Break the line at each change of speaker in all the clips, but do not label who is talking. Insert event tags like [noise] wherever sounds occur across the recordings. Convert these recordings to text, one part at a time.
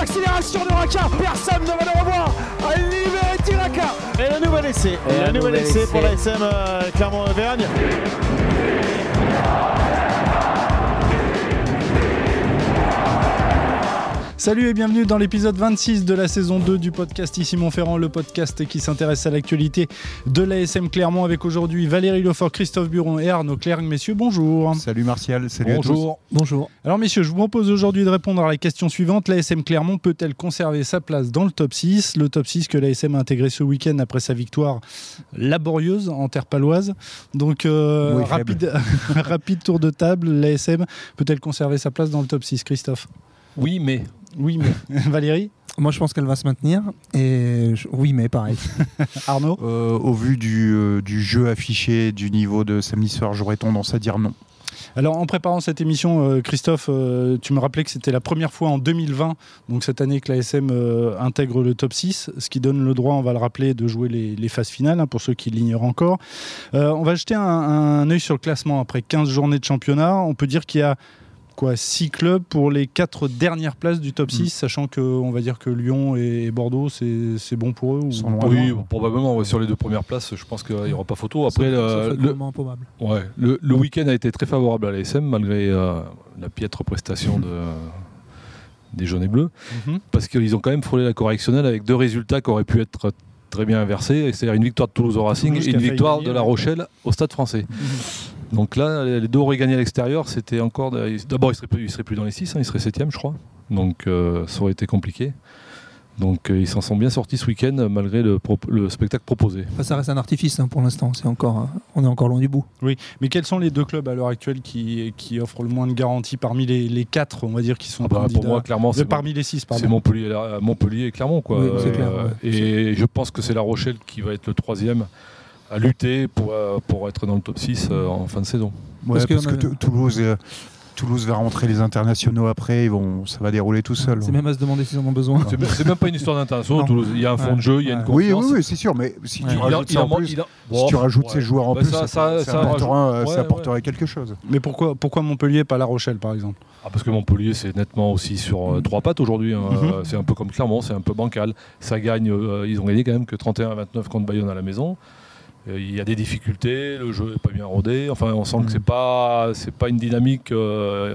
l'accélération de Raka. Personne ne va le revoir. Liberty Raka.
Et le nouvel essai.
Et
le
un
nouvel
nouvel
essai
essai.
pour la SM euh, Clermont-Auvergne.
Salut et bienvenue dans l'épisode 26 de la saison 2 du podcast Ici Montferrand, le podcast qui s'intéresse à l'actualité de l'ASM Clermont avec aujourd'hui Valérie Lefort, Christophe Buron et Arnaud Clerc. Messieurs, bonjour.
Salut Martial, salut à
Bonjour.
Alors messieurs, je vous propose aujourd'hui de répondre à la question suivante. L'ASM Clermont peut-elle conserver sa place dans le top 6 Le top 6 que l'ASM a intégré ce week-end après sa victoire laborieuse en terre paloise. Donc euh,
Oui,
rapide, [laughs] rapide tour de table. L'ASM peut-elle conserver sa place dans le top 6 Christophe
Oui, mais.
Oui, mais [laughs] Valérie
Moi, je pense qu'elle va se maintenir. Et je- oui, mais pareil.
[laughs] Arnaud
tous. Euh, au vu du, euh, du jeu affiché, du niveau de samedi soir, j'aurais tendance à dire non.
Alors en préparant cette émission, euh, Christophe, euh, tu me rappelais que c'était la première fois en 2020, donc cette année que l'ASM euh, intègre le top 6, ce qui donne le droit, on va le rappeler, de jouer les, les phases finales, hein, pour ceux qui l'ignorent encore. Euh, on va jeter un, un œil sur le classement après 15 journées de championnat. On peut dire qu'il y a quoi 6 clubs pour les 4 dernières places du
Hmm.
top 6, sachant que on va dire que Lyon et Bordeaux, c'est c'est bon pour eux ou
Sont
pas
Oui,
loin.
probablement. ouais, Sur les deux premières places, je pense qu'il n'y aura pas photo. Après,
Ça
euh,
fait
le,
comment improbable.
ouais, le- le week-end a été très favorable à l'ASM, malgré euh, la piètre prestation de, des jaunes et bleus,
Mhm.
parce qu'ils ont quand même frôlé la correctionnelle avec deux résultats qui auraient pu être très bien inversés, et c'est-à-dire une victoire de Toulouse au Racing
Toulouse qui
et
a
une
failli
victoire
gagner,
de La
ouais. Mhm.
Rochelle au Stade français. Donc là, les deux auraient gagné à l'extérieur, c'était encore... D'abord, ils ne seraient, plus- ils seraient plus dans les 6, ils seraient 7 je crois. Donc euh, ça aurait été compliqué. Donc euh, ils s'en sont bien sortis ce week-end malgré le pro- le spectacle proposé.
Enfin, ça reste un artifice hein, pour l'instant. C'est encore, euh, on est encore loin du bout.
Mais quels sont les deux clubs à l'heure actuelle qui, qui offrent le moins de garanties parmi les, les quatre, on va dire, qui sont
Ah bah,
candidats
pour moi, clairement,
De
c'est
parmi les six, pardon.
c'est Montpellier, la- euh, Montpellier et Clermont. Quoi. Euh,
Oui, c'est clair, ouais.
Et je pense que c'est La Rochelle qui va être le troisième à lutter pour, euh, pour être dans le top 6 euh, en fin de saison.
Ouais,
Parce
parce
que
que,
on a-
Tou- Toulouse, euh, Toulouse va rentrer les internationaux après, ils vont, ça va dérouler tout seul.
C'est même à se demander s'ils en ont besoin.
C'est même- C'est même pas une histoire d'intention.
Non.
Toulouse. Il y a un fond
Ouais.
de jeu, il y a une
Oui,
confiance.
oui, oui, c'est sûr, mais si
Ouais.
tu
Il- il-
rajoutes,
il
ça
en
en
manque-
plus,
il en-
si tu
Bon,
rajoutes
ouais.
ces joueurs en
Bah,
plus,
ça-
ça,
ça-
ça
ça
apportera, euh,
rajoute-
ça
ouais,
apportera quelque chose.
Mais pourquoi, pourquoi Montpellier, pas La Rochelle, par exemple
Ah, parce que Montpellier, c'est nettement aussi sur euh, trois pattes aujourd'hui. hein.
Mhm.
Euh, C'est un peu comme Clermont, c'est un peu bancal. Ça gagne, euh, ils ont gagné quand même que 31 à 29 contre Bayonne à la maison. Euh, Il y a des difficultés, le jeu n'est pas bien rodé. Enfin, on sent que
Mhm.
c'est pas, c'est pas une dynamique euh,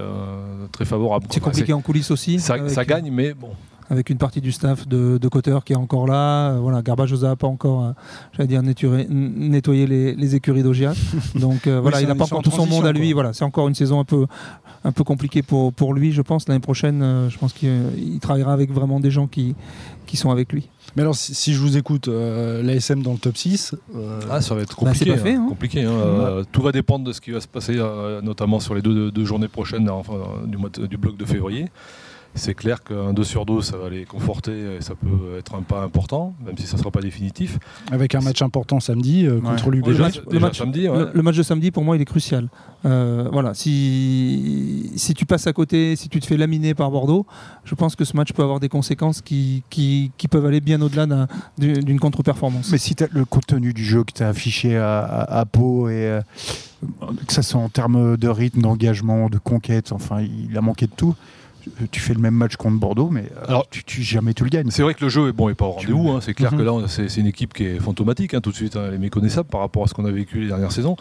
euh, très favorable.
C'est
Enfin,
compliqué en coulisses aussi.
c'est- Ça,
avec,
ça gagne, mais bon.
Avec une partie du staff de, de Cotter qui est encore là. Euh, Voilà, Garba Josa a pas encore, euh, j'allais dire, netturé- n- nettoyé les, les
[laughs]
écuries d'Ogia. Donc euh, voilà,
c'est
il n'a
un-
pas
c'est en
encore tout son
transition,
monde à lui.
quoi.
Voilà, c'est encore une saison un peu, un peu compliquée pour, pour lui, je pense. L'année prochaine, euh, je pense qu'il il travaillera avec vraiment des gens qui, qui sont avec lui.
Mais alors, si, si je vous écoute, euh, l'ASM dans le top 6, euh,
Ah, ça va être
Bah, c'est
compliqué.
pas fait, hein.
compliqué hein. Euh, tout va dépendre de ce qui va se passer, euh, notamment sur les deux, deux- deux journées prochaines enfin, euh, du, mois de- du bloc de février. C'est clair qu'un 2 sur 2, ça va les conforter et ça peut être un pas important, même si ça ne sera pas définitif.
avec un match important samedi euh, contre l'UB.
Déjà,
match- le
déjà
match-
samedi, ouais.
Le, le match de samedi, pour moi, il est crucial. Euh, voilà, si, si tu passes à côté, si tu te fais laminer par Bordeaux, je pense que ce match peut avoir des conséquences qui, qui, qui peuvent aller bien au-delà d'un- du- d'une contre-performance.
Mais si t'as le contenu du jeu que tu as affiché à, à- à Pau, et, euh, que ça soit en termes de rythme, d'engagement, de conquête, enfin, il a manqué de tout. Tu fais le même match contre Bordeaux, mais euh,
Alors-
tu, tu- jamais tu le gagnes.
C'est vrai que le jeu est bon et pas au
Tu-
rendez-vous. hein. C'est clair
Mhm.
que là, on- c'est c'est une équipe qui est fantomatique hein, tout de suite. hein. Elle est méconnaissable par rapport à ce qu'on a vécu les dernières saisons.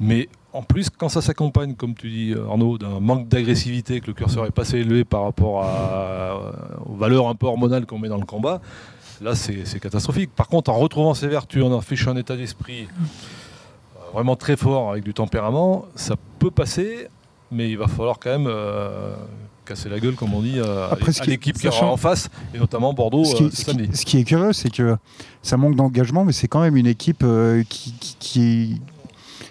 Mais en plus, quand ça s'accompagne, comme tu dis euh, Arnaud, d'un manque d'agressivité, que le curseur est pas assez élevé par rapport à- euh, aux valeurs un peu hormonales qu'on met dans le combat, là, c'est c'est catastrophique. Par contre, en retrouvant ses vertus, en affichant un état d'esprit euh, vraiment très fort avec du tempérament, ça peut passer, mais il va falloir quand même. euh, casser la gueule comme on dit euh,
Après, ce
à
qui-
l'équipe qui aura
sachant-
en face et notamment Bordeaux
ce, qui,
euh,
ce
ce
qui-
samedi.
ce qui est curieux, c'est que ça manque d'engagement, mais c'est quand même une équipe euh, qui, qui, qui-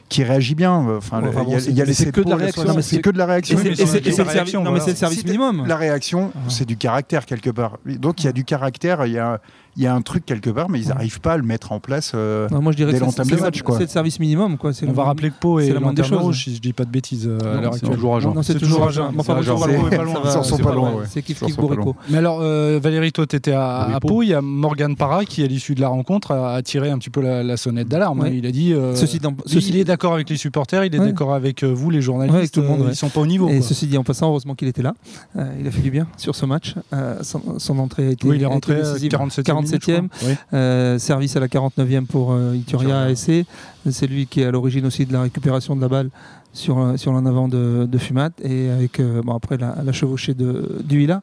qui réagit bien. Enfin,
Ouais,
le-
enfin,
il y a-
bon, c'est-
il y a les
c'est
sept
que de
pots,
la
là,
réaction.
sur-
Non, mais
C'est
c'est-
que de la réaction.
Et c'est-
Oui,
et c'est-
mais
et c'est le
la
servi-
réaction,
non, mais
voilà.
c'est le service
Si t'as-
minimum.
La réaction,
Ah
c'est du caractère quelque part. Donc il y a du caractère, il y a, il y a un truc quelque part, mais ils
Ouais.
n'arrivent pas à le mettre en place. euh,
Non, moi, je dirais
Dès
que c'est-
l'entame
c'est
du
le-
match, quoi.
c'est le service minimum. Quoi. C'est
On
le-
va rappeler que Pau est
c'est la moindre des
lanterne
choses.
rouge, si je dis pas de bêtises euh, à
Non,
l'heure
c'est
actuelle.
toujours à Jean.
Non, c'est
C'est
toujours
toujours
à Jean.
Jean.
Mais enfin,
C'est à
toujours
Jean.
à Jean.
C'est-
Ça
ils
[laughs]
va-
en sont
c'est
pas loin,
loin.
ouais.
C'est kiff
Ils en
kiff
sont pas
bourrico.
Mais alors, euh, Valérie, toi, t'étais à,
Oui,
à
Pau.
Pau. Il y a Morgan Parra qui, à l'issue de la rencontre, a, a tiré un petit peu la, la sonnette d'alarme.
Ouais.
Il a dit. euh,
Ceci, dans-
il-
ceci-
il est d'accord avec les supporters, il est
Ouais.
d'accord avec euh, vous, les journalistes.
Ouais, avec tout le monde,
euh,
ouais.
Ils sont pas au niveau.
Et
quoi.
ceci dit en passant, heureusement qu'il était là. Euh, il a fait du bien sur ce match. Euh, son, son entrée a été,
Oui, il est
a été
rentré euh,
décisive.
47e.
47e.
minute, je crois. Oui.
Euh, service à la 49e pour euh, Ituria SC. C'est lui qui est à l'origine aussi de la récupération de la balle sur, euh, sur l'en avant de, de Fumat et avec euh, bon, après la, la chevauchée de, du Hila.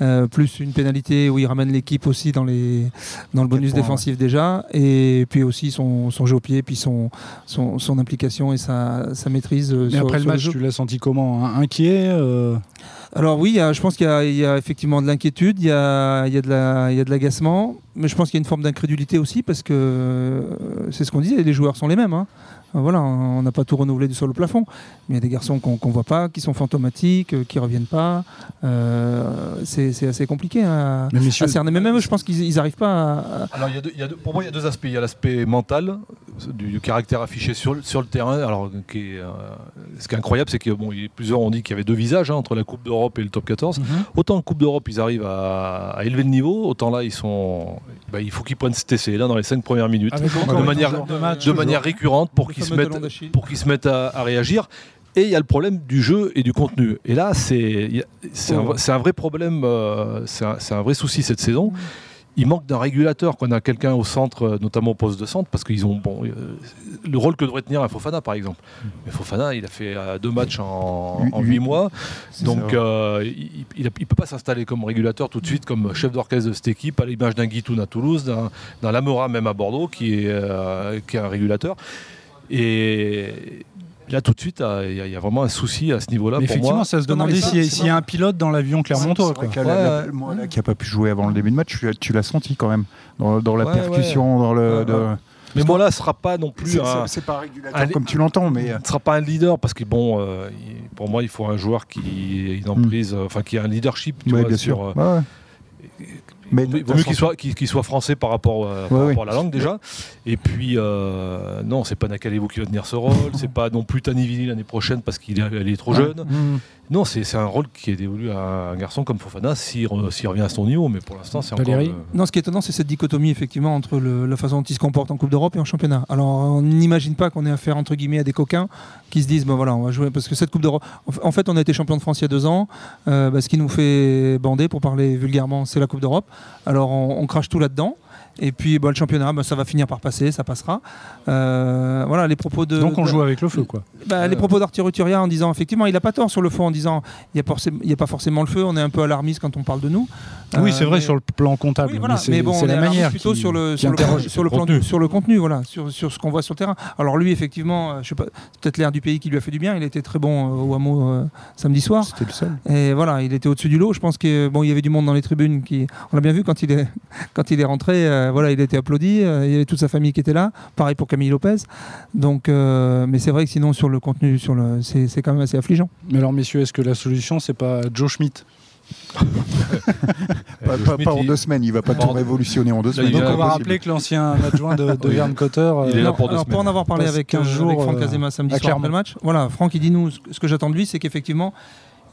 Euh, plus une pénalité où il ramène l'équipe aussi dans, les, dans le bonus
points,
défensif déjà et puis aussi son, son jeu au pied puis son, son, son implication et sa, sa maîtrise euh,
Mais
sur,
après le
sur
match,
jeu.
tu l'as senti comment hein, Inquiet euh,
Alors oui, il y a- je pense qu'il y, a- il y a effectivement de l'inquiétude, il y a, il y a de la- il y a de l'agacement, mais je pense qu'il y a une forme d'incrédulité aussi parce que euh, c'est ce qu'on disait, les joueurs sont les mêmes. hein. Euh, Voilà, on n'a pas tout renouvelé du sol au plafond, mais il y a des garçons qu'on qu'on voit pas, qui sont fantomatiques, euh, qui reviennent pas. Euh, c'est c'est assez compliqué hein. à,
Mais messieurs,
à cerner. Mais même eux, je pense qu'ils n'arrivent pas à,
Alors, il y a deux- il y a deux- pour moi, il y a deux aspects. Il y a l'aspect mental, ce- du, du caractère affiché sur, le- sur le terrain. Alors, qui est, euh, ce qui est incroyable, c'est que bon, il- plusieurs ont dit qu'il y avait deux visages hein, entre la Coupe d'Europe et le Top 14. Autant en Coupe d'Europe, ils arrivent à, à élever le niveau, autant là, ils sont. bah, il faut qu'ils prennent cet essai là dans les cinq premières minutes,
avec encore
Bah, de
et
manière-
toujours
de manière récurrente, pour
Le
qu'ils se
fameux
mettent
talon d'Achille.
pour qu'ils se mettent à, à réagir. Et il y a le problème du jeu et du contenu. Et là, c'est il y a- c'est un, vrai- c'est un vrai problème, euh, c'est un, c'est un vrai souci cette saison. Il manque d'un régulateur, qu'on a quelqu'un au centre, euh, notamment au poste de centre, parce qu'ils ont bon, euh, le rôle que devrait tenir un Fofana, par exemple. Mais Fofana, il a fait euh, deux matchs en,
Huit-
en huit
huit.
mois,
C'est
donc
ça.
euh, il ne peut pas s'installer comme régulateur tout de suite, comme chef d'orchestre de cette équipe, à l'image d'un Guitoun à Toulouse, d'un d'un Lamora même à Bordeaux, qui est, euh, qui est un régulateur. Et là, tout de suite, euh, il y, a- il y a vraiment un souci à ce niveau-là
Mais
pour
effectivement,
moi.
ça se
on
demandait
arrive pas,
s'il y,
c'est
s'il y a un pilote dans l'avion Clermontois.
C'est vrai
quoi.
qu'à la- la-
Ouais, ouais.
moi, là, qui a pas pu jouer avant le début de match, tu, l'as- tu l'as senti quand même dans, dans la
Ouais,
percussion, dans le.
Ouais,
de-
Mais bon, là, ce sera pas non plus
C'est-
un,
c'est- C'est pas régulateur
Allez.
comme tu l'entends, mais. euh,
ne sera pas un leader parce que bon, euh, il- pour moi, il faut un joueur qui ait une emprise, euh, enfin qui a un leadership. tu
Hmm. ouais,
vois,
bien
sur,
sûr.
euh,
Ouais, ouais. Mais
il vaut mieux-
t'as
vaut mieux
senti-
qu'il soit, qu'il- qu'il soit français par rapport, euh, par
Ouais,
rapport à la langue déjà. Et puis, euh, non, c'est pas Nakalevo qui va tenir ce rôle, c'est pas non plus Tanivini l'année prochaine parce qu'il est, il est trop jeune.
Mm.
Non, c'est c'est un rôle qui est dévolu à un garçon comme Fofana s'il re- s'il revient à son niveau, mais pour l'instant, c'est encore.
Valérie
le-
Non, ce qui est étonnant, c'est cette dichotomie effectivement entre le- la façon dont ils se comportent en Coupe d'Europe et en championnat. Alors, on n'imagine pas qu'on ait affaire entre guillemets à des coquins qui se disent, ben voilà, on va jouer parce que cette Coupe d'Europe. en fa- En fait, on a été champion de France il y a deux ans. Euh, bah, ce qui nous fait bander, pour parler vulgairement, c'est la Coupe d'Europe. Alors, on, on crache tout là-dedans. Et puis, bah, le championnat, bah, ça va finir par passer, ça passera. Euh, voilà, les propos de.
Donc on
de-
joue avec le feu. quoi.
bah, les propos d'Arthur Uturia en disant effectivement il n'a pas tort sur le fond en disant il n'y a, forcément- il y a pas forcément le feu on est un peu alarmiste quand on parle de nous
Oui,
Euh,
c'est vrai
mais-
sur le plan comptable.
oui, voilà.
mais c'est-
Mais bon,
c'est
on est
la manière.
plutôt
qui-
sur le
qui
sur le,
interroge.
sur le
le
contenu,
contenu.
sur le contenu, voilà, sur, sur ce qu'on voit sur le terrain. Alors lui, effectivement, euh, je sais pas, c'est peut-être l'air du pays qui lui a fait du bien. Il était très bon euh, au hameau euh, samedi soir.
C'était le seul.
Et voilà, il était au-dessus du lot. Je pense que bon, il y avait du monde dans les tribunes. Qui, on l'a bien vu quand il est [laughs] quand il est rentré. euh, voilà, il était applaudi. euh, il y avait toute sa famille qui était là. Pareil pour Camille Lopez. Donc, euh, mais c'est vrai que sinon sur le contenu, sur le, c'est c'est quand même assez affligeant.
Mais alors, messieurs, est-ce que la solution, c'est pas Joe Schmidt
Pas,
le
pas-
Schmitt,
pas en
il-
deux semaines, il va pas
Pas
tout
en-
révolutionner en deux
Là, il
semaines.
vient-
Donc,
est
on va
impossible.
rappeler que l'ancien adjoint de, de
Oui.
Vern Cotter. euh,
Il est là
Non,
pour deux
alors,
semaines.
en avoir parlé
Parce
avec,
qu'un
euh,
jour,
avec Franck
euh,
Azema samedi
à
soir après
Clermont.
le match, voilà, Franck, il dit nous, ce que- ce que j'attends de lui, c'est qu'effectivement,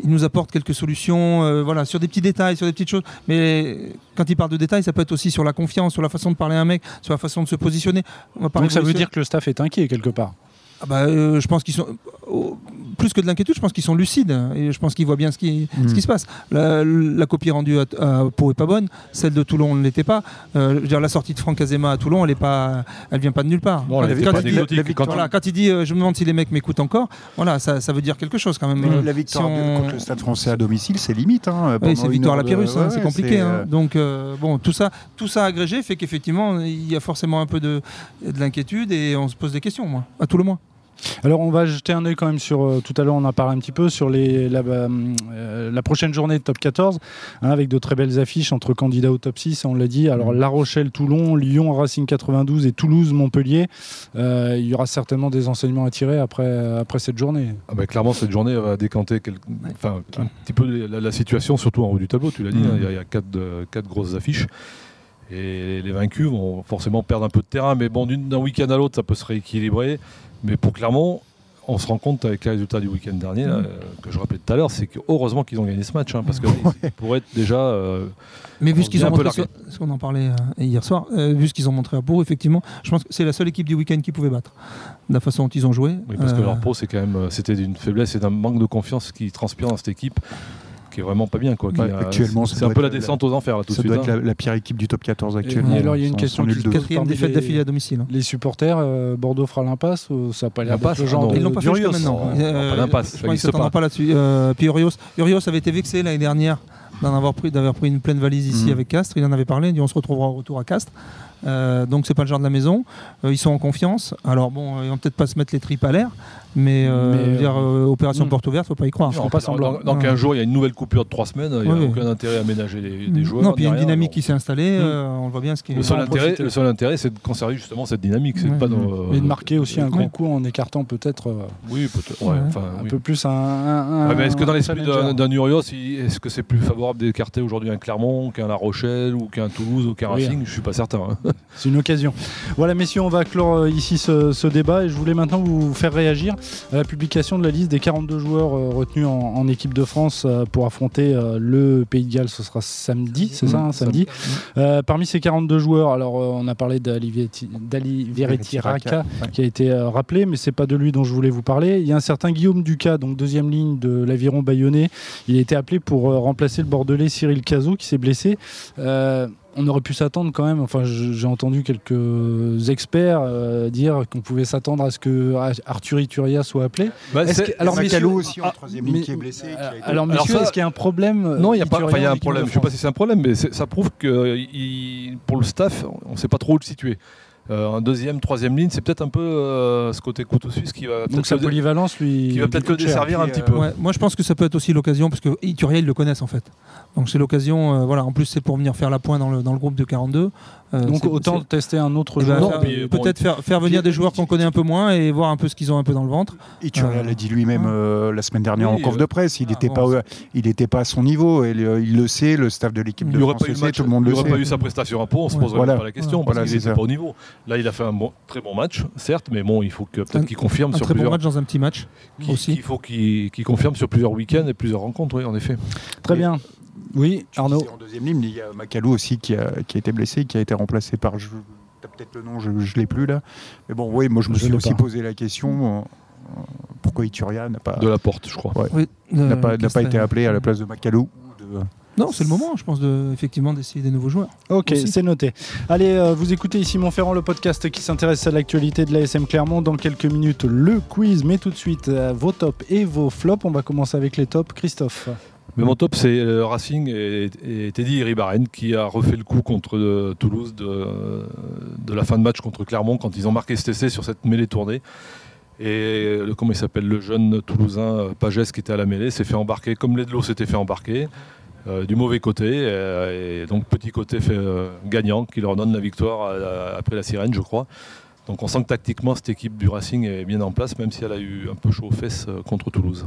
il nous apporte quelques solutions, euh, voilà, sur des petits détails, sur des petites choses. Mais quand il parle de détails, ça peut être aussi sur la confiance, sur la façon de parler à un mec, sur la façon de se positionner. On va parler
Donc ça veut
évolution-
dire que le staff est inquiet quelque part.
Ah bah, euh, je pense qu'ils sont oh, plus que de l'inquiétude, je pense qu'ils sont lucides et je pense qu'ils voient bien ce qui,
Mm.
ce
Hmm.
qui se passe. La, la copie rendue à, à Pau est pas bonne, celle de Toulon ne l'était pas. Euh, je veux dire, la sortie de Franck Azema à Toulon, elle est pas, elle vient pas de nulle part.
Non, elle
Quand
était
il
pas
dit-
anecdotique.
la
Quand-
victoire-
voilà, quand il dit euh, je me demande si les mecs m'écoutent encore, voilà, ça, ça veut dire quelque chose quand même.
Mais
Euh,
la
si
victoire
on-
de- contre le Stade français à domicile, c'est limite. Hein,
Oui,
pendant
c'est
une
victoire à la
heure de-
Pyrrhus, hein,
ouais,
c'est
ouais,
compliqué. hein.
euh,
Donc euh, bon, tout ça, tout ça agrégé fait qu'effectivement il y a forcément un peu de, de l'inquiétude et on se pose des questions, moi, à tout le moins.
Alors on va jeter un œil quand même sur, euh, tout à l'heure on en parlé un petit peu, sur les, la, bah, hum, euh, la prochaine journée de top 14, hein, avec de très belles affiches entre candidats au top 6, on l'a dit, alors La Rochelle, Toulon, Lyon, Racing 92 et Toulouse, Montpellier, Euh, il y aura certainement des enseignements à tirer après, euh, après cette journée.
Ah bah, clairement, cette journée va décanter quel- enfin, un petit peu la, la situation, surtout en haut du tableau. Tu l'as dit, hein, il y a, il y a quatre, de- quatre grosses affiches. Et les vaincus vont forcément perdre un peu de terrain. Mais bon, d'une- d'un week-end à l'autre, ça peut se rééquilibrer. Mais pour Clermont, on se rend compte avec les résultats du week-end dernier, là, euh, que je rappelais tout à l'heure, c'est que heureusement qu'ils ont gagné ce match, hein, parce que ils pourraient être déjà. euh,
Mais vu
On
ce qu'ils
est
ont
un peu
montré, ce- ce qu'on en parlait euh, hier soir, euh, vu ce qu'ils ont montré à Bourg, effectivement, je pense que c'est la seule équipe du week-end qui pouvait battre. De la façon dont ils ont joué.
oui, parce que
Euh,
leur pro, c'est quand même, euh, c'était d'une faiblesse et d'un manque de confiance qui transpire dans cette équipe, qui est vraiment pas bien, quoi. qui
Ouais,
a-
actuellement, ça
c'est un
doit
peu
être
la
la-
descente aux enfers là tout de
Ça
suite.
doit être
hein.
la, la pire équipe du top 14 actuellement.
et alors, il y a une
Sans-
question
sans nul
qui-
doute.
Quatrième
parmi
défaite
les-
d'affilée à domicile. hein.
Les supporters, euh, Bordeaux fera l'impasse ou ça n'a pas l'air
L'impasse, ah
d'être le genre
non.
de-
Ils l'ont pas fait jusqu'à
Durios,
maintenant.
Oh, on- on parle d'impasse,
je
ça
crois qu'ils
n'existe
s'attendent
pas.
pas là-dessus. Euh, puis Urios, Urios avait été vexé l'année dernière d'en avoir pris, d'avoir pris une pleine valise ici
Mm.
Mhm.
avec Castres. Il en avait parlé. Il dit on se retrouvera au retour à Castres. Euh, donc c'est pas le genre de la maison. Euh, ils sont en confiance. Alors bon, euh, ils vont peut-être pas se mettre les tripes à l'air, mais, euh,
Mais,
je veux dire euh, opération
mhm.
porte ouverte, faut pas y croire.
Non,
font pas
dans-
semblant.
Dans, dans
Non.
15 jours, il y a une nouvelle coupure de 3 semaines. Il n'y a
Oui, oui.
aucun intérêt à ménager les, des joueurs.
Mm. non, puis il y a une
ni rien,
dynamique
donc.
qui s'est installée. euh, on le voit bien ce qui est.
Le seul,
en
intérêt,
profiter.
le seul intérêt, c'est de conserver justement cette dynamique. C'est de
Ouais.
pas dans,
Et de marquer aussi
Euh,
un
oui.
grand coup en écartant peut-être euh,
Oui, peut-être. ouais,
Ouais.
enfin,
un
oui.
peu plus un. un-
Ouais, mais est-ce que dans
un
l'esprit
challenger
d'un d'un Urios, il- est-ce que c'est plus favorable d'écarter aujourd'hui un Clermont qu'un La Rochelle ou qu'un Toulouse ou qu'un
Oui.
Racing Je suis pas certain. hein.
C'est une occasion. Voilà, messieurs, on va clore euh, ici ce, ce débat et je voulais maintenant vous faire réagir à la publication de la liste des 42 joueurs euh, retenus en, en équipe de France euh, pour affronter euh, le Pays de Galles. Ce sera samedi, c'est ça, hein, samedi. Euh, parmi ces 42 joueurs, alors euh, on a parlé d'Ali Vieti- d'Ali Verratti Raka qui a été euh, rappelé, mais c'est pas de lui dont je voulais vous parler. Il y a un certain Guillaume Ducas, donc deuxième ligne de l'aviron bayonnais. Il a été appelé pour euh, remplacer le bordelais Cyril Cazot qui s'est blessé. Euh, on aurait pu s'attendre quand même. Enfin, je- j'ai entendu quelques experts euh, dire qu'on pouvait s'attendre à ce que Ar- Arthur Ituria soit appelé.
Bah,
Est-ce
c'est-
que- alors, messieurs,
Macalou aussi en
ah,
troisième ligne
mais- euh,
qui est blessé. qui a été-
alors, messieurs,
ça-
est-ce qu'il y a un problème euh,
Non, il y a pas.
Ituria
enfin, il y a
en
un
équipe de
problème. Je sais pas
France
si c'est un problème, mais c'est- ça prouve que euh, il- pour le staff, on ne sait pas trop où le situer. Euh, en deuxième, troisième ligne, c'est peut-être un peu euh, ce côté couteau suisse qui va
Donc
peut-être
sa
le dé-
polyvalence lui.
qui va
lui
peut-être le
coûte cher.
desservir un
Puis,
petit
euh,
peu.
Ouais, moi je pense que ça peut être aussi l'occasion, parce que Ituria ils le connaissent en fait. Donc c'est l'occasion, euh, voilà, en plus c'est pour venir faire la pointe dans le, dans le groupe de 42. Euh,
Donc
c'est-
autant
c'est-
tester un autre
eh ben,
joueur.
non,
faire-
puis, bon,
peut-être faire, faire venir des joueurs qu'on connaît un peu moins et voir un peu ce qu'ils ont un peu dans le ventre.
Ituria
Euh,
l'a dit lui-même euh, la semaine dernière
oui,
en conf
euh,
de presse. Il
ah,
n'était
bon,
pas, il était pas à son niveau. Et le- il le sait, le staff de l'équipe
Il
de
n'y aurait
France
pas eu
le
le
sait,
match,
tout le monde
il
le
aurait pas eu
sait.
sa prestation à Pau, on se
Ouais.
poserait
Voilà.
pas la question
Ouais.
parce
Voilà,
qu'il
c'est
n'était
ça.
pas au niveau. Là, il a fait un bon- très bon match, certes, mais bon, il faut que
Un-
peut-être qu'il confirme
Un
sur
très bon
plusieurs.
match dans un petit match
qu'il-
aussi.
qu'il faut qu'il qu'il confirme sur plusieurs week-ends et plusieurs rencontres, oui, en effet.
Très bien. Oui, Arnaud.
En deuxième ligne, il y a Macalou aussi qui a, qui a été blessé, qui a été remplacé par. je- T'as peut-être le nom, je, je l'ai plus là. Mais bon, oui, moi je me
Je
suis
l'ai
aussi
pas.
posé la question euh, euh, pourquoi Ituria n'a pas,
De la porte, je crois.
Oui, euh,
n'a pas, n'a pas
Castel.
été appelé à la place de Macalou ou de- euh,
Non, c'est le moment, je pense, de, effectivement, d'essayer des nouveaux joueurs.
Ok,
aussi.
c'est noté. Allez, euh, vous écoutez ici Montferrand, le podcast qui s'intéresse à l'actualité de l'ASM Clermont. Dans quelques minutes, le quiz, mais tout de suite, euh, vos tops et vos flops. On va commencer avec les tops. Christophe.
Mais mon top, c'est euh, Racing et, et Teddy Ribaren qui a refait le coup contre euh, Toulouse de, de la fin de match contre Clermont quand ils ont marqué cet essai sur cette mêlée tournée. Et euh, le, comment il s'appelle le jeune Toulousain euh, Pagès qui était à la mêlée s'est fait embarquer comme Ledlow s'était fait embarquer euh, du mauvais côté. euh, et donc petit côté fait, euh, gagnant qui leur donne la victoire euh, après la sirène, je crois. Donc on sent que tactiquement cette équipe du Racing est bien en place, même si elle a eu un peu chaud aux fesses euh, contre Toulouse.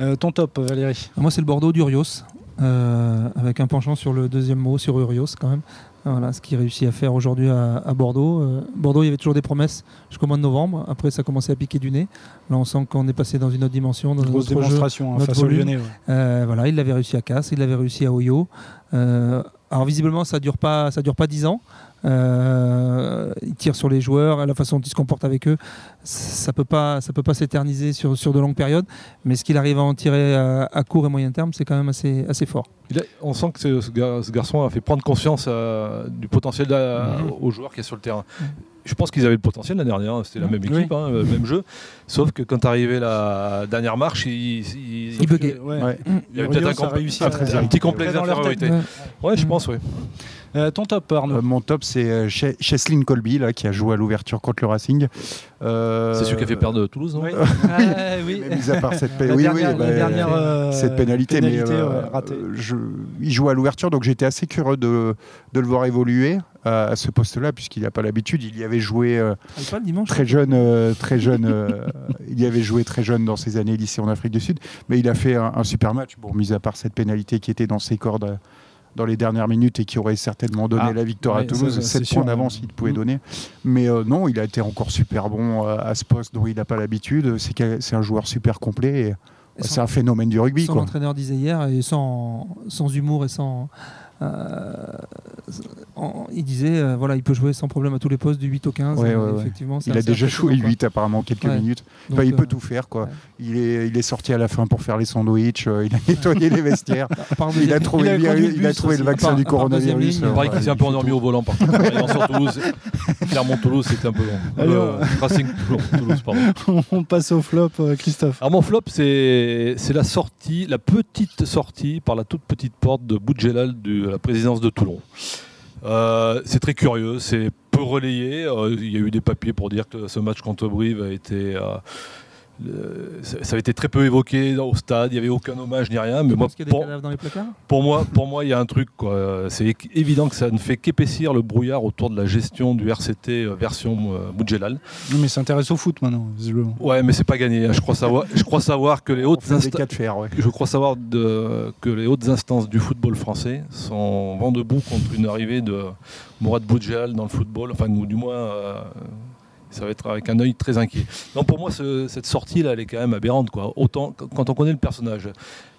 Euh, ton top, Valérie.
Moi, c'est le Bordeaux d'Urios, euh, avec un penchant sur le deuxième mot, sur Urios quand même. Voilà ce qu'il réussit à faire aujourd'hui à, à Bordeaux. Euh, Bordeaux, il y avait toujours des promesses jusqu'au mois de novembre. Après, ça commençait à piquer du nez. Là, on sent qu'on est passé dans une autre dimension, dans un
Grosse
autre jeu.
démonstration hein,
notre
face au
volume.
Lyonnais. ouais.
Euh, voilà, il l'avait réussi à Casse, il l'avait réussi à Oyo. Euh, alors visiblement, ça dure pas, ça dure pas 10 ans. Euh, il tire sur les joueurs, la façon dont il se comporte avec eux, ça peut pas, ça peut pas s'éterniser sur, sur de longues périodes. Mais ce qu'il arrive à en tirer à, à court et moyen terme, c'est quand même assez, assez fort.
Il a- on sent que ce, ce gar- ce garçon a fait prendre conscience euh, du potentiel d'a- aux joueurs qu'il y a sur le terrain. Je pense qu'ils avaient le potentiel l'année dernière, hein, c'était la
Mhm.
même
Oui.
équipe, hein, le même jeu. Sauf que quand arrivait la dernière marche, il, il-
Il buguait.
euh, Ouais.
Ouais.
il y avait
Urios
peut-être un,
a
comp-
réussi
un-
à-
un
bien.
petit complexe
Très dans leur
d'infériorité.
Ouais.
Ouais, je
Mhm.
pense, oui.
Euh, ton top, Arnaud.
Euh, mon top, c'est euh, Che- Cheslin Colby là, qui a joué à l'ouverture contre le Racing. Euh,
C'est celui qui a fait perdre Toulouse, non
Ah,
mais mis à part cette
La
pénalité, oui,
dernière-
oui,
la
bah,
dernière, euh,
cette pénalité, mais euh,
ouais, ratée.
euh, je- il joue à l'ouverture, donc j'étais assez curieux de, de le voir évoluer à, à ce poste-là, puisqu'il n'a pas l'habitude. Il y avait joué euh,
Pas le dimanche.
très jeune, euh, très jeune. euh, il y avait joué très jeune dans ses années lycée en Afrique du Sud, mais il a fait un, un super match. Bon, mis à part cette pénalité qui était dans ses cordes euh, dans les dernières minutes et qui aurait certainement donné
Ah,
la victoire à
ouais,
Toulouse.
ça, c'est
7
sûr,
points d'avance,
ouais.
il pouvait
Mm.
donner. Mais euh, non, il a été encore super bon euh, à ce poste dont il n'a pas l'habitude. C'est quel- c'est un joueur super complet. et, euh,
Et
C'est
sans-
un phénomène du rugby.
Son
quoi.
entraîneur disait hier, et sans, sans humour et sans. euh, en- il disait, euh, voilà, il peut jouer sans problème à tous les postes, du 8 au 15.
Ouais,
euh,
ouais, ouais.
effectivement, c'est
Il a
assez
déjà joué
impressionnant,
8 apparemment quelques
Ouais.
minutes.
quoi.
Enfin, il
Donc,
peut
euh,
tout faire quoi.
ouais.
Il, est, il est sorti à la fin pour faire les sandwichs, euh, il a [laughs] nettoyé les vestiaires,
à part
il
deuxième-
a trouvé,
a
le-
conduit
il a
bus
trouvé le
aussi, à
vaccin
part-
du
à part deuxième
coronavirus.
ligne.
euh,
Il paraît qu'il
ouais,
s'est un peu
il fait
endormi
tout.
au volant par contre. En arrivant sur Toulouse, Clermont-Toulouse, c'était un peu long. Euh, Racing Toulon- Toulouse, pardon.
On passe au flop, euh, Christophe.
Alors mon flop, c'est c'est la sortie, la petite sortie par la toute petite porte de Boudjelal de la présidence de Toulon. Euh, c'est très curieux, c'est peu relayé. Euh, Il y a eu des papiers pour dire que ce match contre Brive a été, euh, le- ça ça avait été très peu évoqué au stade. Il n'y avait aucun hommage ni rien. Mais
Tu
moi,
penses qu'il y a des
pour,
cadavres dans les placards
pour moi, pour moi, il y a un truc. quoi. Euh, C'est é- évident que ça ne fait qu'épaissir le brouillard autour de la gestion du RCT euh, version euh, Boudjelal.
Oui, Mais il s'intéresse au foot maintenant, visiblement.
Ouais, mais c'est pas gagné. hein. Je crois savoir, je crois savoir que les
On
hautes
fait des
instances
cas de fer, ouais.
Je crois savoir de- que les hautes instances du football français sont vent debout contre une arrivée de Mourad Boudjal dans le football, enfin, ou du moins, euh, ça va être avec un œil très inquiet. Non, pour moi, ce- cette sortie-là, elle est quand même aberrante. Quoi. Autant, quand on connaît le personnage,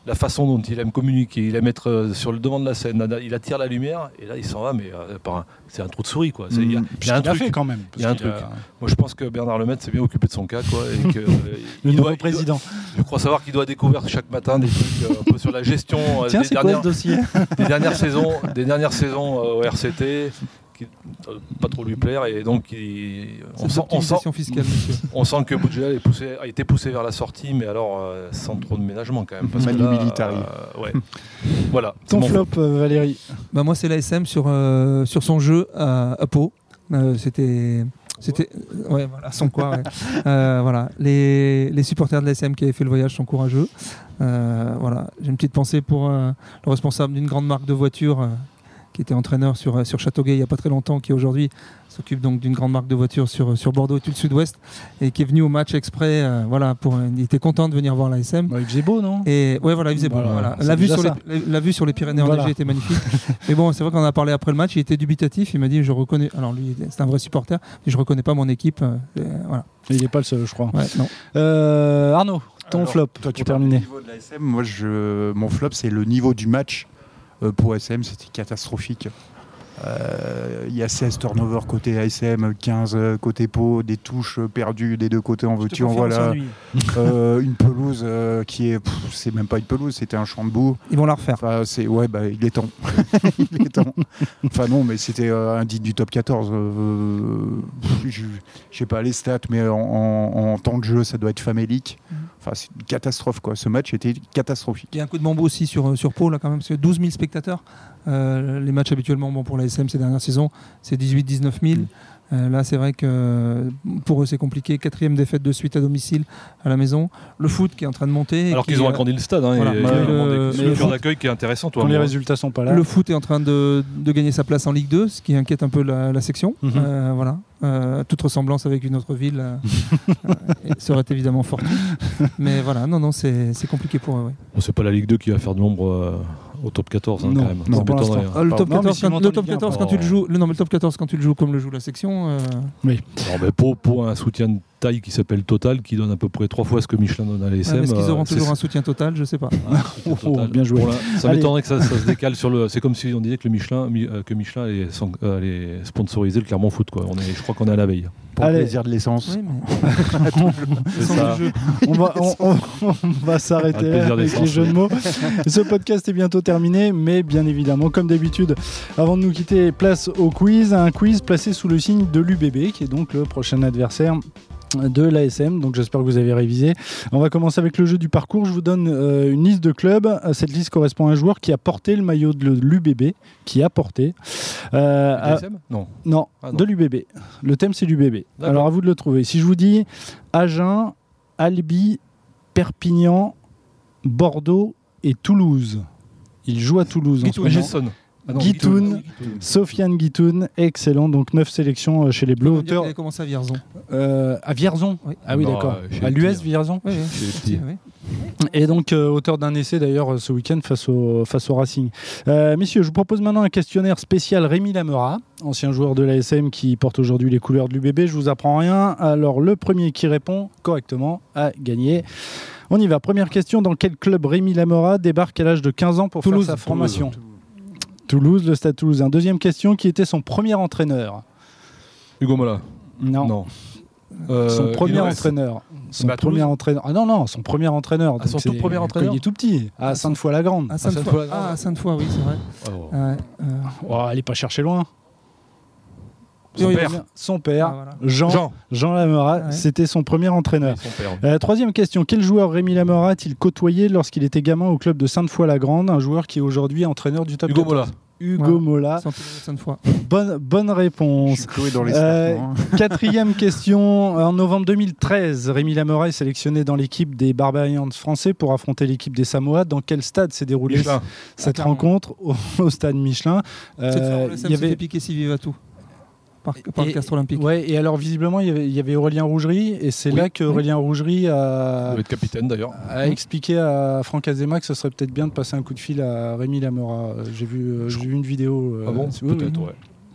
la façon dont il aime communiquer, il aime être euh, sur le devant de la scène, il attire la lumière, et là, il s'en va, mais euh, par un- c'est un trou de souris. Quoi. C'est- il y
Mm.
a- il y a un
Puisqu'il Mmh. a
truc.
fait quand même.
Il y a un
parce qu'il
truc. Moi, je pense que Bernard Lemaitre s'est bien occupé de son cas. Quoi, et
[laughs]
que, euh,
Le
il
nouveau
doit- il doit-
président.
je crois savoir qu'il doit découvrir chaque matin des trucs euh, un peu sur la gestion euh, des, dernières,
dossier
des dernières saisons, des dernières saisons euh, au RCT, qui euh, pas trop lui plaire et donc il-
C'est
on, sent, on, sent,
l'optimisation fiscale, monsieur.
on sent que Boudjel est poussé- a été poussé vers la sortie, mais alors euh, sans trop de ménagement quand même. Parce que
Manu
là,
militari.
[laughs]
euh, ouais. voilà. c'est
Ton
mon-
flop, euh, Valérie.
Bah moi c'est l'ASM sur, euh, sur son jeu à, à Pau. Euh, c'était c'était ouais voilà son quoi ouais. Euh, voilà les, les supporters de l'ASM qui avaient fait le voyage sont courageux. Euh, voilà j'ai une petite pensée pour euh, le responsable d'une grande marque de voitures euh, qui était entraîneur sur, euh, sur Châteauguay il n'y a pas très longtemps, qui aujourd'hui s'occupe donc d'une grande marque de voitures sur, euh, sur Bordeaux et tout le sud-ouest, et qui est venu au match exprès, euh, voilà, pour, il était content de venir voir l'ASM.
Bah, il faisait beau, non
Et ouais, voilà, il faisait beau,
Voilà,
voilà.
c'est
La, vue
déjà
sur les,
ça.
la, la vue sur les Pyrénées
Voilà.
enneigées
[laughs]
était magnifique. Mais bon, c'est vrai qu'on en a parlé après le match. Il était dubitatif. Il m'a dit Je reconnais. Alors lui, c'est un vrai supporter. Il dit, Je reconnais pas mon équipe. euh, euh, voilà.
Il n'est pas le seul, je crois.
Ouais, non.
Euh, Arnaud, ton
Alors,
flop.
Toi, tu
pour
parles du
terminer.
niveau de l'ASM. Moi, je, mon flop, c'est le niveau du match euh, pour ASM. C'était catastrophique. Euh, Il y a 16 turnovers côté ASM, 15 euh, côté Pau, des touches euh, perdues des deux côtés en veux-tu, en voilà. Euh, une pelouse euh, qui est. pff, C'est même pas une pelouse, c'était un champ de boue.
Ils vont la refaire.
Enfin, c'est ouais, bah, il
[laughs]
est temps. il est temps. Enfin non, mais c'était euh, indigne du top 14. Euh, pff, je je sais pas les stats, mais en, en- en temps de jeu, ça doit être famélique.
Mm.
Enfin, c'est une catastrophe quoi. Ce match était catastrophique.
Il y a un coup de bambou aussi sur, euh, sur Pau, là, quand même, parce que 12 000 spectateurs. Euh, les matchs habituellement, bon, pour la SM ces dernières saisons, c'est 18 19 000. Euh, là, c'est vrai que euh, pour eux, c'est compliqué. Quatrième défaite de suite à domicile, à la maison. Le foot qui est en train de monter.
Alors
qui,
qu'ils ont
euh,
agrandi le stade, hein,
voilà.
et, il y
Bah, Mais
a vraiment
le-
des
mais
structures
le-
d'accueil qui est intéressant. Toi,
Quand les
moi.
résultats sont pas là.
Le foot est en train de, de gagner sa place en Ligue 2, ce qui inquiète un peu la, la section.
Mhm.
Euh, voilà. Euh, toute ressemblance avec une autre ville [laughs] euh, euh, serait évidemment forte. Mais voilà, non, non, c'est c'est compliqué pour eux. ouais.
Bon, c'est pas la Ligue 2 qui va faire de l'ombre euh, au top 14 hein,
Non,
quand même.
non,
Ça
pour
m'étonnerait,
l'instant. Ah,
hein.
Euh, le top
Non, mais
14,
s'ils
quand,
montent en
le
Ligue
top
1,
14
bon.
quand tu le joues, le- non, mais le top 14 quand tu le joues comme le joue la section, euh,
Non, mais Pau, Pau a un soutien de taille qui s'appelle Total, qui donne à peu près trois fois ce que Michelin donne à l'ASM.
est-ce qu'ils
euh,
auront
c'est-
toujours un soutien total Je sais pas.
Oh, oh, bien joué.
Pour la- ça
Allez.
m'étonnerait que ça, ça se décale sur le. C'est comme si on disait que le Michelin, mi- euh, que Michelin allait, san- euh, allait sponsoriser le Clermont Foot. Quoi. On est, je crois qu'on est à la veille.
Pour le
Allez.
plaisir de l'essence.
Oui, mais
C'est
ils sont
ça.
du jeu.
on va, on, on- on va
Un
s'arrêter là
plaisir
avec
d'essence,
les jeux de
oui.
mots. Ce podcast est bientôt terminé, mais bien évidemment, comme d'habitude, avant de nous quitter, place au quiz. Un quiz placé sous le signe de l'UBB, qui est donc le prochain adversaire de l'ASM, donc j'espère que vous avez révisé. On va commencer avec le jeu du parcours. Je vous donne euh, une liste de clubs. Euh, Cette liste correspond à un joueur qui a porté le maillot de l'UBB, qui a porté. Euh, à-
ASM Non.
non,
Ah non.
de l'UBB. Le thème, c'est l'UBB.
D'accord.
Alors, à vous de le trouver. Si je vous dis Agen, Albi, Perpignan, Bordeaux et Toulouse. Il joue à Toulouse en ce moment.
Gesson. Ah non,
Guitoun. Sofiane Guitoun, excellent. Donc, 9 sélections euh, chez les Bleus.
On
Auteur
avait commencé à Vierzon.
euh, à Vierzon.
Oui.
Ah oui,
Non,
d'accord.
euh, chez
À
les
l'US
petits, hein.
Vierzon.
Oui, oui.
Chez les petits.
Oui.
Et donc, euh, auteur d'un essai d'ailleurs euh, ce week-end face au, face au Racing. Euh, messieurs, je vous propose maintenant un questionnaire spécial Rémi Lamera, ancien joueur de l'ASM qui porte aujourd'hui les couleurs de l'UBB. Je vous apprends rien. Alors, le premier qui répond correctement a gagné. On y va. Première question dans quel club Rémi Lamera débarque à l'âge de 15 ans pour
Toulouse.
faire sa formation Toulouse, le Stade Toulousain. Deuxième question qui était son premier entraîneur
Hugo Mola.
Non.
Non. Euh,
son premier
Guinois.
entraîneur. Son
Bah, Toulouse.
premier entraîneur. Ah non, non, son premier entraîneur.
Ah, son
Donc,
tout
c'est
premier
quand
entraîneur Ah,
Il est tout petit, à Sainte-Foy-la-Grande.
À Sainte-Foy.
Sainte-Foy.
Ah, à Sainte-Foy, oui, c'est vrai.
Oh.
Ouais, euh,
Oh, allez pas chercher loin.
Son
Oui,
père.
Son père,
Ah, voilà.
Jean, Jean,
Jean.
Lamora,
Ouais.
c'était son premier entraîneur.
Son père.
Euh, troisième question, quel joueur Rémi Lamora a-t-il côtoyé lorsqu'il était gamin au club de Sainte-Foy-la-Grande, un joueur qui est aujourd'hui entraîneur du top
Hugo
14?
Mola.
Hugo Mola,
Sainte- Sainte-Foy.
bonne, bonne
Je
réponse.
suis cloué dans les
Euh,
sarcasmes, hein.
[laughs]
Quatrième question. En novembre 2013, Rémi Lamora est sélectionné dans l'équipe des Barbarians français pour affronter l'équipe des Samoa. Dans quel stade s'est déroulée
Michelin.
cette
Ah, clairement.
rencontre au, au stade Michelin Euh,
Cette
il y
fois,
avait-
fait piquer si vive à tout. Par, par
Et-
le Castre Olympique.
Ouais, et alors visiblement, il y avait, il y avait Aurélien Rougerie, et c'est
Oui.
là que Aurélien Rougerie
Il
a,
doit être capitaine d'ailleurs.
a expliqué à Franck Azema que ce serait peut-être bien de passer un coup de fil à Rémi Lamora. Euh, J'ai vu, euh, j'ai vu une vidéo. euh,
Ah bon
oui, oui.
Peut-être, ouais.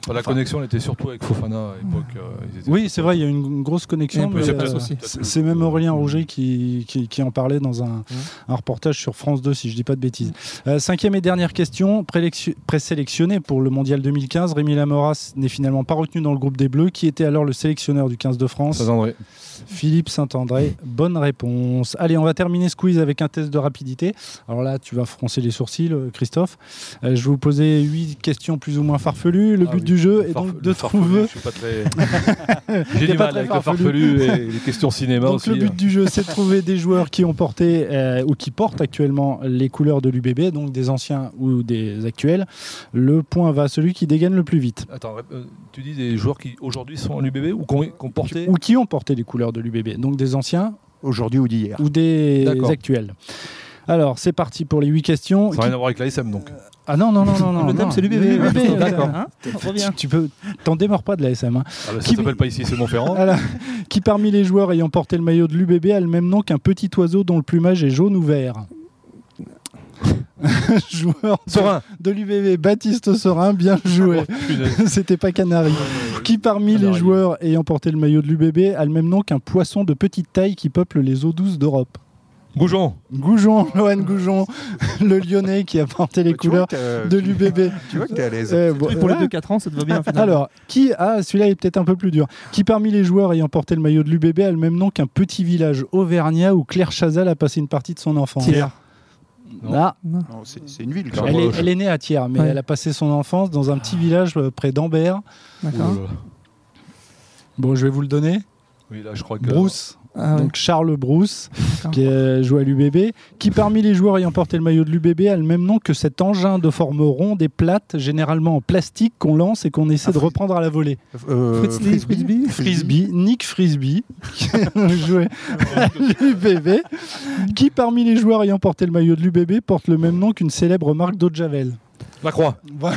Enfin, la
Enfin-
connexion, elle était surtout avec Fofana à l'époque. euh, ils étaient-
Oui, c'est vrai, il y a une, une grosse
Et
connexion.
on
mais,
peut
s'appeler
euh,
aussi.
c'est c'est même Aurélien Rouget qui, qui, qui en parlait dans un, un reportage sur France 2, si je dis pas de bêtises. Euh, cinquième et dernière question, prélectio- présélectionné pour le Mondial 2015, Rémi Lamoras n'est finalement pas retenu dans le groupe des Bleus, qui était alors le sélectionneur du 15 de France,
Saint-André.
Philippe Saint-André. Bonne réponse. Allez, on va terminer ce quiz avec un test de rapidité. Alors là, tu vas froncer les sourcils, euh, Christophe. Euh, je vais vous poser huit questions plus ou moins farfelues. Le
Ah
but
oui,
du jeu
le
est
farf-
donc
le
de
farfelu,
trouver
Je suis pas
[laughs]
très. J'ai
T'es
du
pas
mal
très
avec le
farfelu.
farfelu et les questions cinéma
Donc
aussi. hein.
le but du jeu,
[laughs]
c'est de trouver des joueurs qui ont porté euh, ou qui portent actuellement les couleurs de l'UBB, donc des anciens ou des actuels. Le point va à celui qui dégaine le plus vite.
Attends, euh, tu dis des joueurs qui aujourd'hui sont à l'UBB ou qu'on qu'on portait
Ou qui ont porté les couleurs de l'UBB, donc des anciens
Aujourd'hui ou d'hier.
ou des
D'accord.
actuels. Alors, c'est parti pour les huit questions.
Ça n'a rien à voir avec l'ASM donc.
Ah non, non, non, non. non
le thème,
non.
c'est l'UBB.
Le UBB,
D'accord.
euh,
Hein
Tu, tu peux, t'en démords pas de la SM. hein.
Ah, là, ça
Qui- Ah,
s'appelle pas ici, c'est [laughs] Montferrand.
Alors, [laughs] qui parmi les joueurs ayant porté le maillot de l'UBB a le même nom qu'un petit oiseau dont le plumage est jaune ou vert [laughs] Joueur de-
Sorin
de l'UBB, Baptiste Sorin, bien joué. [laughs]
Oh, punaise.
C'était pas Canary. Qui parmi les
Canari.
joueurs ayant porté le maillot de l'UBB a le même nom qu'un poisson de petite taille qui peuple les eaux douces d'Europe
Goujon
Goujon, Lohan Goujon, [laughs] le Lyonnais qui a porté les
Bah, Tu vois
couleurs
euh, que t'as-
de l'UBB.
Tu vois que t'es à l'aise.
Euh,
Oui,
bon,
pour les
ouais.
2-4 ans, ça te
[laughs]
va bien. finalement.
Alors, qui ah, celui-là est peut-être un peu plus dur. Qui parmi les joueurs ayant porté le maillot de l'UBB a le même nom qu'un petit village auvergnat où Claire Chazal a passé une partie de son enfance
Thiers.
Non.
Ah,
Non, C'est c'est une ville quand
Elle
même.
elle, est,
Roche.
elle est née à Thiers, mais
Ouais.
elle a passé son enfance dans un petit village euh, près d'Ambert.
D'accord.
Ouh là là.
Bon, je vais vous le donner.
Oui, là je crois que.
Bruce.
Ah ouais.
Donc Charles Bruce,
D'accord.
qui euh, joue à l'UBB, qui parmi les joueurs ayant porté le maillot de l'UBB a le même nom que cet engin de forme ronde et plate, généralement en plastique, qu'on lance et qu'on
Ah
essaie de reprendre à la volée.
Euh,
Fritzli, Frisbee.
Frisbee, Nick Frisbee, qui jouait à l'UBB, qui parmi les joueurs ayant porté le maillot de l'UBB porte le même nom qu'une célèbre marque d'eau de Javel.
La Croix.
Voilà.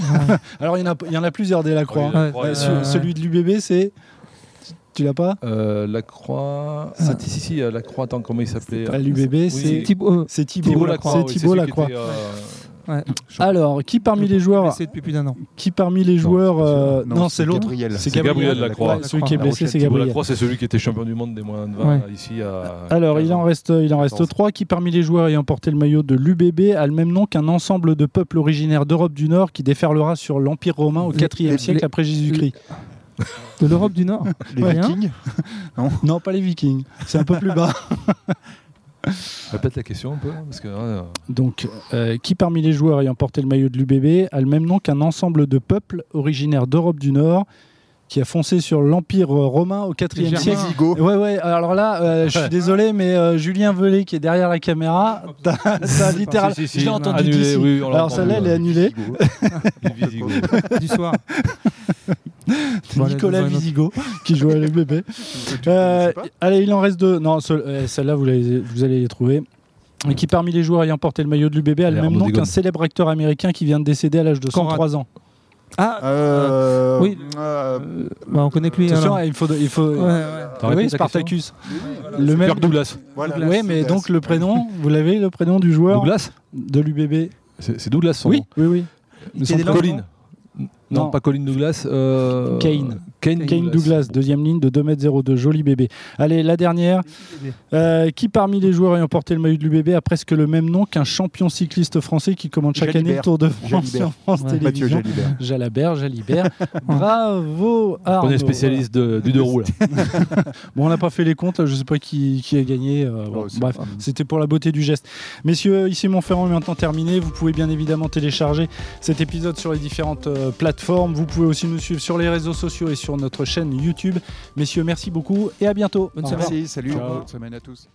Alors il y, en a- il y en a plusieurs des Lacroix.
Ah oui, la
Ouais.
Croix.
Euh,
euh,
ce- Celui de l'UBB, c'est. Tu l'as pas
euh, la Croix. Ça, si, si, si, euh, la Croix, attends, comment il s'appelait
Pas l'UBB, Ah. c'est.
Thibaut. euh,
C'est Thibaut,
Euh, Thibaut Lacroix.
C'est
oui,
Thibaut
celui qui
Lacroix.
était, euh,
Alors, qui parmi les joueurs,
C'est depuis plus d'un an.
qui parmi les joueurs, euh, non,
Non,
c'est
c'est
l'autre,
Gabriel.
c'est
C'est Gabriel
Gabriel
Lacroix.
Lacroix. Celui qui est
La
blessé,
Rochelle,
c'est
Thibaut
Gabriel.
Lacroix, c'est celui qui était champion du monde des moins de 20
Ouais.
ici à.
Alors, il en reste, il en reste trois. Qui parmi les joueurs ayant porté le maillot de l'UBB a le même nom qu'un ensemble de peuples originaires d'Europe du Nord qui déferlera sur l'Empire romain au
Les-
4e
les-
siècle
les-
après Jésus-Christ
De l'Europe du [laughs] Nord.
Les
Ouais.
Vikings.
Non, pas les Vikings. C'est un peu plus
[laughs]
bas.
Répète la question un peu, parce que. euh,
Donc, euh, qui parmi les joueurs ayant porté le maillot de l'UBB a le même nom qu'un ensemble de peuples originaires d'Europe du Nord qui a foncé sur l'Empire euh, romain au 4e
Germains.
siècle
Zigo.
Ouais, ouais, alors là, euh, je suis désolé, mais euh, Julien Velay qui est derrière la caméra, t'as t'as littéral.
Si, si, si.
Je l'ai entendu
Annulé,
d'ici.
oui, on l'a
alors celle-là, elle
entendu,
est annulée. [laughs]
Visigoth.
Euh,
du [laughs] soir.
C'est Nicolas
[laughs]
Visigo qui joue à l'UBB.
Tu- tu
Euh,
connaissais pas
allez, il en reste deux. Non, ce- euh, celle-là, vous, l'avez- vous allez les trouver. et qui parmi les joueurs ayant porté le maillot de l'UBB a le
Allez,
même
Arnaud
nom
dégomme.
qu'un célèbre acteur américain qui vient de décéder à l'âge de
Conrad.
103 ans.
Ah,
Euh,
oui.
euh,
euh, bah, on connaît que lui.
Attention,
alors.
il faut, il faut. euh,
Ouais, ouais.
T'as répété
oui,
la
Spartacus. Le même.
Kirk Douglas.
voilà.
Oui, mais
Douglas.
donc le prénom, vous l'avez, le prénom du joueur
Douglas
de l'UBB
C'est c'est Douglas son
Oui,
nom.
oui, oui.
Mais
était
son-
là,
Colin. Non,
Non.
pas Colin Douglas. euh,
Kane.
Kane,
Kane Douglas, deuxième ligne de 2m02, joli bébé. Allez, la dernière. Euh, qui parmi les joueurs ayant porté le maillot de l'UBB a presque le même nom qu'un champion cycliste français qui commande chaque année le
Jalibert.
Tour de France
Jalibert.
sur France
Ouais.
Mathieu
Télévisions
Jalibert.
Jalabert,
[laughs]
Jalibert. Bravo
On
Arnaud.
est spécialiste de- du deux roues. là.
Bon, on n'a pas fait les comptes, là, je ne sais pas qui, qui a gagné. euh, bon,
c'est
bref, c'était pour la beauté du geste. Messieurs, ici Montferrand est maintenant terminé. Vous pouvez bien évidemment télécharger cet épisode sur les différentes euh, plateformes. Vous pouvez aussi nous suivre sur les réseaux sociaux et sur notre chaîne YouTube. Messieurs, merci beaucoup et à bientôt.
Bonne
Au
soirée.
revoir.
Merci, salut,
Ciao.
bonne semaine à tous.